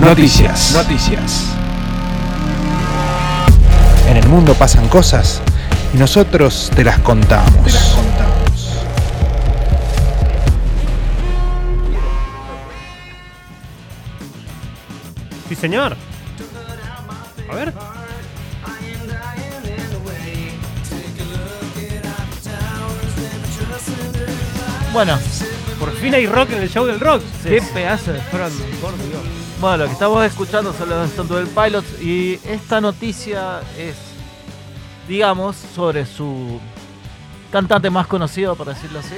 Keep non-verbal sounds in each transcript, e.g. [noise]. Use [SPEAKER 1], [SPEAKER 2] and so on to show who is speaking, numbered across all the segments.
[SPEAKER 1] Noticias. Noticias. En el mundo pasan cosas y nosotros te las contamos.
[SPEAKER 2] Sí, señor. A ver.
[SPEAKER 3] Bueno,
[SPEAKER 2] Por fin hay rock en el show del rock.
[SPEAKER 3] qué pedazo de front, por Dios. Bueno, lo que estamos escuchando son los Stone Pilots y esta noticia es, digamos, sobre su cantante más conocido, por decirlo así,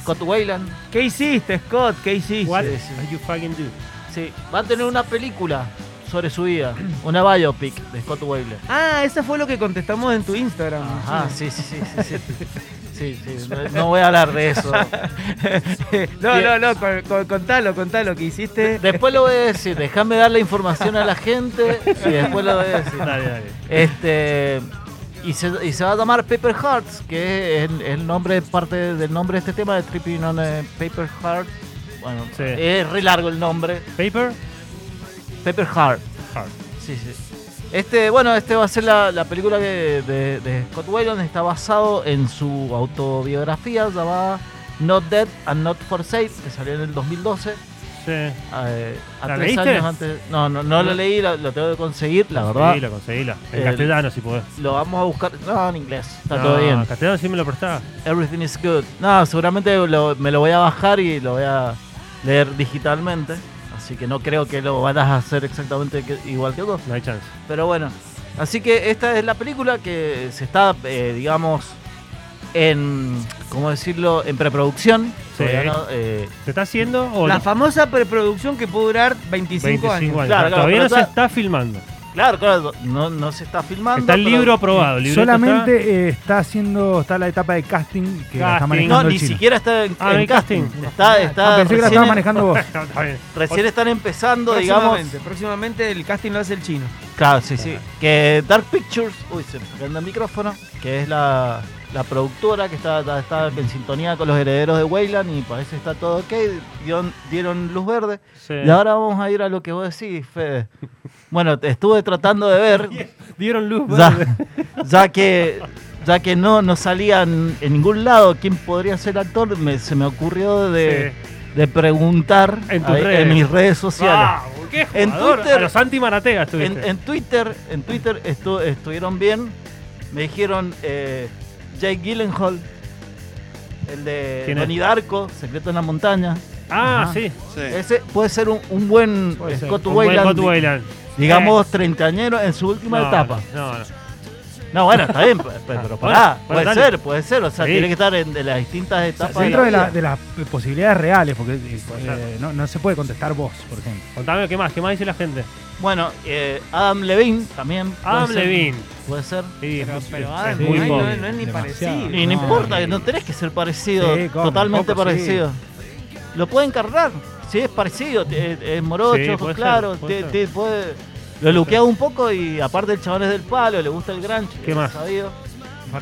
[SPEAKER 3] Scott Wayland.
[SPEAKER 4] ¿Qué hiciste, Scott? ¿Qué hiciste?
[SPEAKER 2] What
[SPEAKER 3] Sí, sí.
[SPEAKER 2] are you fucking do?
[SPEAKER 3] Sí, va a tener una película sobre su vida, una biopic de Scott Wayland.
[SPEAKER 4] Ah, eso fue lo que contestamos en tu Instagram.
[SPEAKER 3] Ajá, sí, sí, sí, sí, sí. Sí, sí, no, no voy a hablar
[SPEAKER 4] [laughs]
[SPEAKER 3] de eso.
[SPEAKER 4] No, no, no, con- con- contalo, contalo, ¿qué hiciste?
[SPEAKER 3] Después lo voy a decir, déjame dar la información a la gente y después lo voy a decir.
[SPEAKER 2] Dale, dale.
[SPEAKER 3] Este, y, se, y se va a llamar Paper Hearts, que es el, el nombre, parte del nombre de este tema de Tripping on a Paper Heart. Bueno,
[SPEAKER 2] Sí.
[SPEAKER 3] es re largo el nombre.
[SPEAKER 2] Paper
[SPEAKER 3] Paper Heart.
[SPEAKER 2] Heart.
[SPEAKER 3] Sí, sí. Este, bueno, este va a ser la, la película que- de, de Scott Whelan. Está basado en su autobiografía llamada Not Dead and Not Forsake, que salió en el 2012.
[SPEAKER 2] Sí.
[SPEAKER 3] eh, a
[SPEAKER 2] ¿La
[SPEAKER 3] tres
[SPEAKER 2] leíste?
[SPEAKER 3] años antes. No, no, no lo leí, lo, lo tengo que conseguir, la verdad.
[SPEAKER 2] Conseguila, conseguila. En
[SPEAKER 3] El-
[SPEAKER 2] castellano, si podés.
[SPEAKER 3] Lo vamos a buscar. No, en inglés. Está
[SPEAKER 2] No,
[SPEAKER 3] todo bien.
[SPEAKER 2] En castellano sí me lo prestaba.
[SPEAKER 3] Everything is good. No, seguramente lo- me lo voy a bajar y lo voy a leer digitalmente. Así que no creo que lo vayas a hacer exactamente que- igual que vos.
[SPEAKER 2] No hay chance.
[SPEAKER 3] Pero bueno. Así que esta es la película que se está, eh, digamos, en. ¿Cómo decirlo? En preproducción.
[SPEAKER 2] Sí.
[SPEAKER 3] Todavía no, eh,
[SPEAKER 2] ¿Se está haciendo o
[SPEAKER 4] La
[SPEAKER 2] no?
[SPEAKER 4] famosa preproducción que puede durar 25,
[SPEAKER 2] 25 años.
[SPEAKER 4] años.
[SPEAKER 3] Claro, claro,
[SPEAKER 2] Todavía no
[SPEAKER 3] pero
[SPEAKER 2] se
[SPEAKER 3] está-
[SPEAKER 2] está filmando.
[SPEAKER 3] claro, claro, no, no se está filmando.
[SPEAKER 2] Está el
[SPEAKER 3] pero-
[SPEAKER 2] libro aprobado. el libreto
[SPEAKER 5] Solamente eh, está haciendo, está la etapa de casting que la
[SPEAKER 2] Casting.
[SPEAKER 5] está
[SPEAKER 3] No,
[SPEAKER 5] manejando el
[SPEAKER 3] ni
[SPEAKER 5] chino.
[SPEAKER 3] siquiera está en,
[SPEAKER 2] Ah,
[SPEAKER 3] en
[SPEAKER 2] en
[SPEAKER 3] casting.
[SPEAKER 2] casting.
[SPEAKER 3] Está, está
[SPEAKER 5] Ah, pensé que la
[SPEAKER 3] recién,
[SPEAKER 5] estabas manejando vos.
[SPEAKER 2] está. [laughs] Está bien.
[SPEAKER 3] recién están empezando, digamos.
[SPEAKER 4] Próximamente, próximamente el casting lo hace el chino.
[SPEAKER 3] Claro, sí, sí. Que Dark Pictures, uy, se me prende el micrófono, que es la, la productora que está, está- está en sintonía con los herederos de Weyland y parece que está todo ok, dieron, dieron luz verde.
[SPEAKER 2] Sí.
[SPEAKER 3] Y ahora vamos a ir a lo que vos decís, Fede. Bueno, te estuve tratando de ver,
[SPEAKER 2] Dieron luz. verde.
[SPEAKER 3] ya, ya que ya que no, no salía en, en ningún lado quién podría ser actor, me- se me ocurrió de, de preguntar
[SPEAKER 2] En tus
[SPEAKER 3] ahí-
[SPEAKER 2] redes.
[SPEAKER 3] en mis redes sociales.
[SPEAKER 2] Ah, qué
[SPEAKER 3] En
[SPEAKER 2] jugador.
[SPEAKER 3] Twitter-
[SPEAKER 2] A los anti
[SPEAKER 3] En,
[SPEAKER 2] Maratea estuviste.
[SPEAKER 3] en Twitter, en Twitter estu- estuvieron bien. Me dijeron eh, Jake Gyllenhaal, el de
[SPEAKER 2] ¿Quién es?
[SPEAKER 3] Donnie Darko, Secreto en la Montaña.
[SPEAKER 2] Ah,
[SPEAKER 3] Ajá.
[SPEAKER 2] sí.
[SPEAKER 3] Ese puede ser un, un buen
[SPEAKER 2] Puede ser.
[SPEAKER 3] Scott
[SPEAKER 2] Un buen
[SPEAKER 3] Weiland,
[SPEAKER 2] Scott Weiland. Eh,
[SPEAKER 3] digamos treintañero en su última
[SPEAKER 2] No,
[SPEAKER 3] etapa.
[SPEAKER 2] No, no.
[SPEAKER 3] No, bueno, está bien, pe- pe- pero,
[SPEAKER 2] [laughs] Bueno,
[SPEAKER 3] pará,
[SPEAKER 2] bueno,
[SPEAKER 3] puede
[SPEAKER 2] dale.
[SPEAKER 3] ser, puede ser, o sea,
[SPEAKER 2] Sí.
[SPEAKER 3] tiene que estar en de las distintas etapas. de
[SPEAKER 5] Dentro
[SPEAKER 3] la
[SPEAKER 5] de, la-
[SPEAKER 3] vida.
[SPEAKER 5] de las posibilidades reales, porque eh,
[SPEAKER 2] claro.
[SPEAKER 5] eh, no, no se puede contestar vos, por ejemplo.
[SPEAKER 2] Contame qué más, qué más dice la gente.
[SPEAKER 3] Bueno, eh, Adam Levine también. puede
[SPEAKER 2] Adam
[SPEAKER 3] ser,
[SPEAKER 2] Levine.
[SPEAKER 3] Puede ser.
[SPEAKER 2] Sí,
[SPEAKER 4] Pero,
[SPEAKER 2] es muy-
[SPEAKER 4] pero
[SPEAKER 2] es
[SPEAKER 4] Adam,
[SPEAKER 2] muy
[SPEAKER 4] ay, no,
[SPEAKER 2] pop.
[SPEAKER 4] no es ni
[SPEAKER 5] Demasiado.
[SPEAKER 4] parecido.
[SPEAKER 3] Y no,
[SPEAKER 5] No,
[SPEAKER 3] importa,
[SPEAKER 5] y-
[SPEAKER 3] no tenés que ser parecido,
[SPEAKER 5] Sí, cómo,
[SPEAKER 3] totalmente
[SPEAKER 5] tampoco, sí.
[SPEAKER 3] parecido. Lo puede encargar, si es parecido, te- eh, es, morocho,
[SPEAKER 2] Sí,
[SPEAKER 3] ojos
[SPEAKER 2] puede ser,
[SPEAKER 3] claros,
[SPEAKER 2] puede
[SPEAKER 3] te-
[SPEAKER 2] ser.
[SPEAKER 3] te puede- lo luquea un poco y aparte el chabón es del palo, le gusta el grunge,
[SPEAKER 2] ¿Qué
[SPEAKER 3] eso
[SPEAKER 2] más?
[SPEAKER 3] sabido.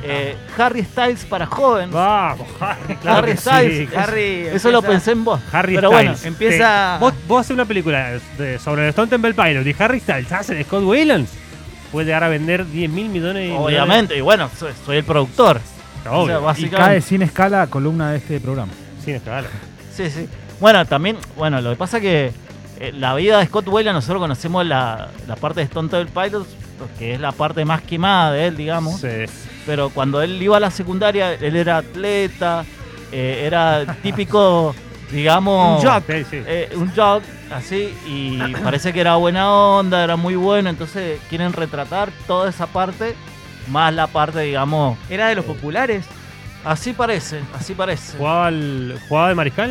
[SPEAKER 3] Eh, Harry Styles para joven,
[SPEAKER 2] Vamos, Harry. claro
[SPEAKER 3] Harry
[SPEAKER 2] que sí.
[SPEAKER 3] Styles.
[SPEAKER 4] Harry,
[SPEAKER 3] eso lo
[SPEAKER 4] empieza-
[SPEAKER 3] pensé en vos.
[SPEAKER 2] Harry
[SPEAKER 3] pero
[SPEAKER 2] Styles.
[SPEAKER 3] bueno,
[SPEAKER 2] Sí.
[SPEAKER 4] empieza-
[SPEAKER 2] Vos, vos haces una película de- sobre el Stone Temple Pilot y Harry Styles hace Scott Whelan. Puede llegar a vender 10 mil millones de
[SPEAKER 3] obviamente, y bueno, soy, soy el productor.
[SPEAKER 2] dólares.
[SPEAKER 3] O sea,
[SPEAKER 2] Obvio.
[SPEAKER 5] Y
[SPEAKER 3] básicamente.
[SPEAKER 5] cae sin escala a columna de este programa.
[SPEAKER 2] Sí, no, claro.
[SPEAKER 3] Sí, sí. Bueno, también, bueno, lo que pasa que eh, la vida de Scott Whelan, nosotros conocemos la, la parte de Stone Temple Pilots, que es la parte más quemada de él, digamos.
[SPEAKER 2] Sí.
[SPEAKER 3] Pero cuando él iba a la secundaria, él era atleta, eh,
[SPEAKER 2] [laughs]
[SPEAKER 3] era típico, digamos...
[SPEAKER 2] Un jock. Sí, sí.
[SPEAKER 3] eh, un jock, así, y parece que era buena onda, era muy bueno, entonces quieren retratar toda esa parte, más la parte, digamos...
[SPEAKER 4] Era de los populares.
[SPEAKER 3] Así parece, así parece.
[SPEAKER 2] ¿Jugaba, al- ¿Jugaba de mariscal?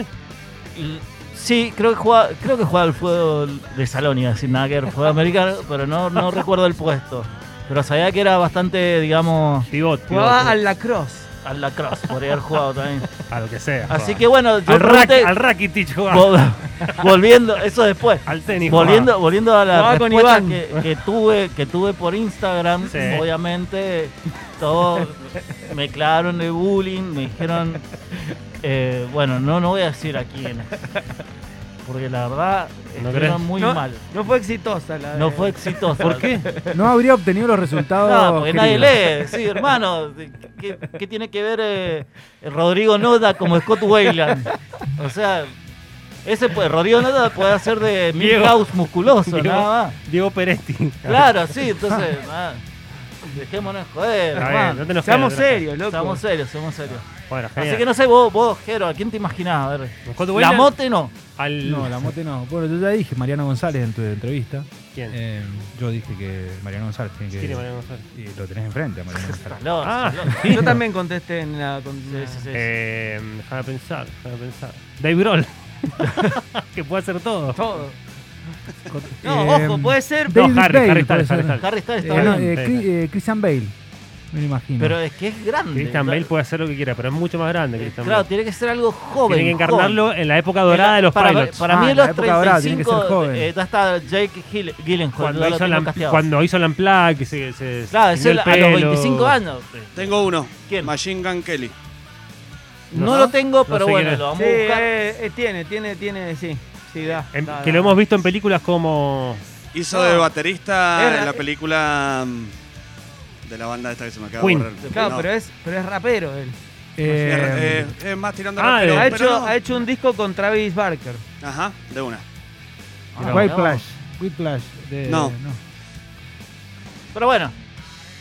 [SPEAKER 3] L- Sí, creo que jugaba, creo que jugaba al fútbol de salón, iba a decir nada que ver, fútbol americano, pero no, [laughs] no recuerdo el puesto. Pero sabía que era bastante, digamos,
[SPEAKER 2] Pivot. pivot,
[SPEAKER 4] Jugaba
[SPEAKER 2] pivot.
[SPEAKER 4] al lacrosse.
[SPEAKER 3] al lacrosse, podría haber jugado también.
[SPEAKER 2] A lo que sea.
[SPEAKER 3] Así
[SPEAKER 2] jugaba.
[SPEAKER 3] que bueno, yo
[SPEAKER 2] Al, rack,
[SPEAKER 3] pregunté-
[SPEAKER 2] al Rakitic jugaba.
[SPEAKER 3] vol- [laughs] volviendo, eso después.
[SPEAKER 2] Al tenis. jugaba.
[SPEAKER 3] Volviendo, volviendo a la
[SPEAKER 4] Jugaba con
[SPEAKER 3] respuesta
[SPEAKER 4] Iván.
[SPEAKER 3] que, que tuve, que tuve por Instagram,
[SPEAKER 2] Sí.
[SPEAKER 3] obviamente todos me clavaron el bullying, me dijeron, eh, bueno, no, no voy a decir a quién. Porque la verdad,
[SPEAKER 2] ¿No
[SPEAKER 3] estuvieron
[SPEAKER 2] crees?
[SPEAKER 3] muy
[SPEAKER 4] no,
[SPEAKER 3] mal.
[SPEAKER 4] No fue exitosa la
[SPEAKER 3] No
[SPEAKER 4] de-
[SPEAKER 3] fue exitosa.
[SPEAKER 2] ¿Por qué?
[SPEAKER 5] No habría obtenido
[SPEAKER 4] [laughs]
[SPEAKER 5] los resultados.
[SPEAKER 3] No, porque nadie
[SPEAKER 5] queridos.
[SPEAKER 3] lee. Sí, hermano. ¿Qué, qué tiene que ver eh, Rodrigo Noda como Scott Wayland? O sea, ese puede- Rodrigo Noda puede hacer de Milhouse musculoso,
[SPEAKER 2] [laughs] Diego,
[SPEAKER 3] nada más.
[SPEAKER 2] Diego Peretti. [laughs]
[SPEAKER 3] Claro, sí, entonces, [laughs] ah, dejémonos de joder,
[SPEAKER 2] Está bien, no
[SPEAKER 3] hermano.
[SPEAKER 2] te enojes,
[SPEAKER 4] Seamos
[SPEAKER 2] no te enojes.
[SPEAKER 4] serios, loco.
[SPEAKER 3] Somos serios, somos serios.
[SPEAKER 2] Bueno,
[SPEAKER 3] Así que
[SPEAKER 2] genial.
[SPEAKER 3] no sé, vos, vos, Jero, ¿a quién te imaginás? A ver.
[SPEAKER 2] Scott
[SPEAKER 3] La
[SPEAKER 2] Weiland
[SPEAKER 3] mote no.
[SPEAKER 2] al...
[SPEAKER 5] No, la mote no. Bueno, yo ya dije Mariano González en tu entrevista.
[SPEAKER 2] ¿Quién?
[SPEAKER 5] Eh, yo dije que Mariano González tiene que.
[SPEAKER 2] ¿Quién es Mariano González?
[SPEAKER 5] Y lo tenés enfrente a Mariano González.
[SPEAKER 3] Saló,
[SPEAKER 2] Ah.
[SPEAKER 3] saló.
[SPEAKER 4] Yo también contesté en la. con-
[SPEAKER 3] Sí, sí, sí.
[SPEAKER 2] Eh, déjame pensar, déjame pensar. Dave Grohl. [laughs] que puede hacer todo.
[SPEAKER 4] Todo.
[SPEAKER 5] Co-
[SPEAKER 4] No,
[SPEAKER 5] eh,
[SPEAKER 4] ojo, puede ser.
[SPEAKER 5] David
[SPEAKER 2] no, Harry,
[SPEAKER 5] Bale,
[SPEAKER 2] Harry
[SPEAKER 5] puede
[SPEAKER 2] Styles,
[SPEAKER 5] ser.
[SPEAKER 2] Harry Styles.
[SPEAKER 3] Harry Styles está
[SPEAKER 5] Eh, no,
[SPEAKER 3] bien,
[SPEAKER 5] eh,
[SPEAKER 2] Bale.
[SPEAKER 5] Cri- eh, Christian Bale, me lo imagino.
[SPEAKER 3] pero es que es grande.
[SPEAKER 2] Christian Bale
[SPEAKER 3] Claro,
[SPEAKER 2] puede hacer lo que quiera, pero es mucho más grande que Christian
[SPEAKER 3] Claro,
[SPEAKER 2] Bale.
[SPEAKER 3] tiene que ser algo joven.
[SPEAKER 2] Tiene que
[SPEAKER 3] joven.
[SPEAKER 2] encarnarlo en la época dorada de los
[SPEAKER 3] para,
[SPEAKER 2] pilots.
[SPEAKER 3] Para
[SPEAKER 5] Ah,
[SPEAKER 3] mí,
[SPEAKER 5] en
[SPEAKER 3] en los
[SPEAKER 5] la época dorada, tiene que ser
[SPEAKER 3] 35,
[SPEAKER 5] joven.
[SPEAKER 3] eh, ya está Jake Hill, Gyllenhaal.
[SPEAKER 2] cuando,
[SPEAKER 3] ya lo
[SPEAKER 2] hizo
[SPEAKER 3] tengo
[SPEAKER 2] la,
[SPEAKER 3] casteado.
[SPEAKER 2] cuando hizo la Unplugged, que se, se
[SPEAKER 3] Claro,
[SPEAKER 2] se
[SPEAKER 3] ese
[SPEAKER 2] tiñó el
[SPEAKER 3] a los
[SPEAKER 2] pelo.
[SPEAKER 3] 25 años.
[SPEAKER 6] Tengo uno.
[SPEAKER 3] ¿Quién?
[SPEAKER 6] Machine Gun Kelly.
[SPEAKER 3] No,
[SPEAKER 2] No,
[SPEAKER 3] lo tengo,
[SPEAKER 2] no
[SPEAKER 3] pero
[SPEAKER 2] sé quién
[SPEAKER 3] bueno,
[SPEAKER 2] es.
[SPEAKER 3] lo vamos
[SPEAKER 4] Sí,
[SPEAKER 3] a buscar.
[SPEAKER 4] eh, eh, tiene, tiene, tiene, sí. Sí, da.
[SPEAKER 2] En-
[SPEAKER 4] da,
[SPEAKER 2] Em, que
[SPEAKER 4] da.
[SPEAKER 2] lo hemos visto en películas como
[SPEAKER 6] Hizo
[SPEAKER 4] Ah.
[SPEAKER 6] de baterista
[SPEAKER 4] Era-
[SPEAKER 6] en la película mm, de la banda esta que se me acaba
[SPEAKER 2] Queen.
[SPEAKER 6] de borrar.
[SPEAKER 4] Claro,
[SPEAKER 6] No.
[SPEAKER 4] pero es, pero es rapero él.
[SPEAKER 6] Es,
[SPEAKER 5] Eh,
[SPEAKER 6] eh, es más tirando
[SPEAKER 2] ah,
[SPEAKER 6] rapero,
[SPEAKER 2] eh,
[SPEAKER 4] Ha
[SPEAKER 6] pero
[SPEAKER 4] hecho,
[SPEAKER 6] no.
[SPEAKER 4] ha hecho un disco con Travis Barker.
[SPEAKER 6] Ajá, de una.
[SPEAKER 5] ah,
[SPEAKER 3] bueno.
[SPEAKER 5] Whiplash. Whiplash. de-
[SPEAKER 6] No.
[SPEAKER 5] eh.
[SPEAKER 3] Pero bueno,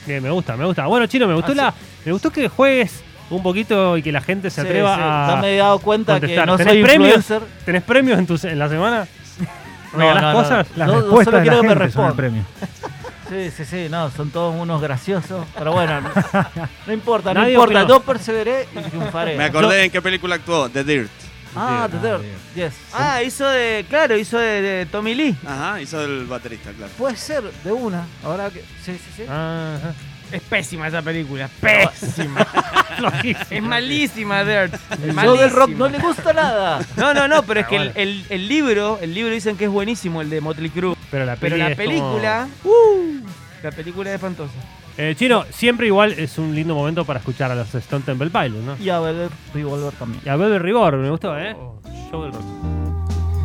[SPEAKER 2] Bien, me gusta, me gusta. Bueno, Chino, me gustó
[SPEAKER 3] Ah,
[SPEAKER 2] la. Me gustó que juegues un poquito y que la gente se
[SPEAKER 3] sí,
[SPEAKER 2] atreva
[SPEAKER 3] sí,
[SPEAKER 2] a.
[SPEAKER 3] ya me he dado cuenta
[SPEAKER 2] contestar.
[SPEAKER 3] que no
[SPEAKER 2] ¿Tenés
[SPEAKER 3] soy
[SPEAKER 2] premios?
[SPEAKER 3] influencer.
[SPEAKER 2] ¿Tenés premios en, tus- en
[SPEAKER 3] [laughs]
[SPEAKER 2] la semana?
[SPEAKER 3] No,
[SPEAKER 2] ¿Regalás
[SPEAKER 3] no, no.
[SPEAKER 2] cosas?
[SPEAKER 5] Las
[SPEAKER 3] No, no,
[SPEAKER 5] respuestas
[SPEAKER 3] solo
[SPEAKER 5] de
[SPEAKER 3] quiero
[SPEAKER 5] la
[SPEAKER 3] que me
[SPEAKER 5] gente son el
[SPEAKER 3] responda.
[SPEAKER 5] premio.
[SPEAKER 3] Sí, sí, sí, no, son todos unos graciosos. Pero bueno,
[SPEAKER 2] [laughs]
[SPEAKER 3] no, no importa, no
[SPEAKER 2] Nadie
[SPEAKER 3] importa.
[SPEAKER 2] opinó.
[SPEAKER 3] Yo perseveré y
[SPEAKER 4] Eh,
[SPEAKER 3] triunfaré.
[SPEAKER 6] Me acordé en qué película actuó, The Dirt.
[SPEAKER 3] Ah, The Dirt. Yes.
[SPEAKER 4] Ah, hizo de. Claro, hizo de, de Tommy Lee.
[SPEAKER 6] Ajá, hizo del baterista, claro.
[SPEAKER 3] Puede ser de una. Ahora que. Sí, sí, sí.
[SPEAKER 2] Ajá.
[SPEAKER 4] Es pésima esa película.
[SPEAKER 2] [laughs]
[SPEAKER 4] Pésima. es
[SPEAKER 2] Flojísimo.
[SPEAKER 4] malísima, Dirt. Es
[SPEAKER 3] Yo del rock no
[SPEAKER 4] Ah, malísima.
[SPEAKER 3] le gusta nada.
[SPEAKER 4] No, no, no, pero es
[SPEAKER 2] Ah,
[SPEAKER 4] que el-
[SPEAKER 2] bueno.
[SPEAKER 4] el, el libro, el libro dicen que es buenísimo, el de Motley Crue.
[SPEAKER 2] Pero la,
[SPEAKER 4] Pero
[SPEAKER 2] peli
[SPEAKER 4] la
[SPEAKER 2] es como-
[SPEAKER 4] película. ¡uh! la película es espantosa.
[SPEAKER 2] Eh, Chino, siempre igual es un lindo momento para escuchar a los Stone Temple Pilots, ¿no?
[SPEAKER 3] Y a ver, Revolver también.
[SPEAKER 2] Y a Bebe Rigor, me gustó, ¿eh? Yo-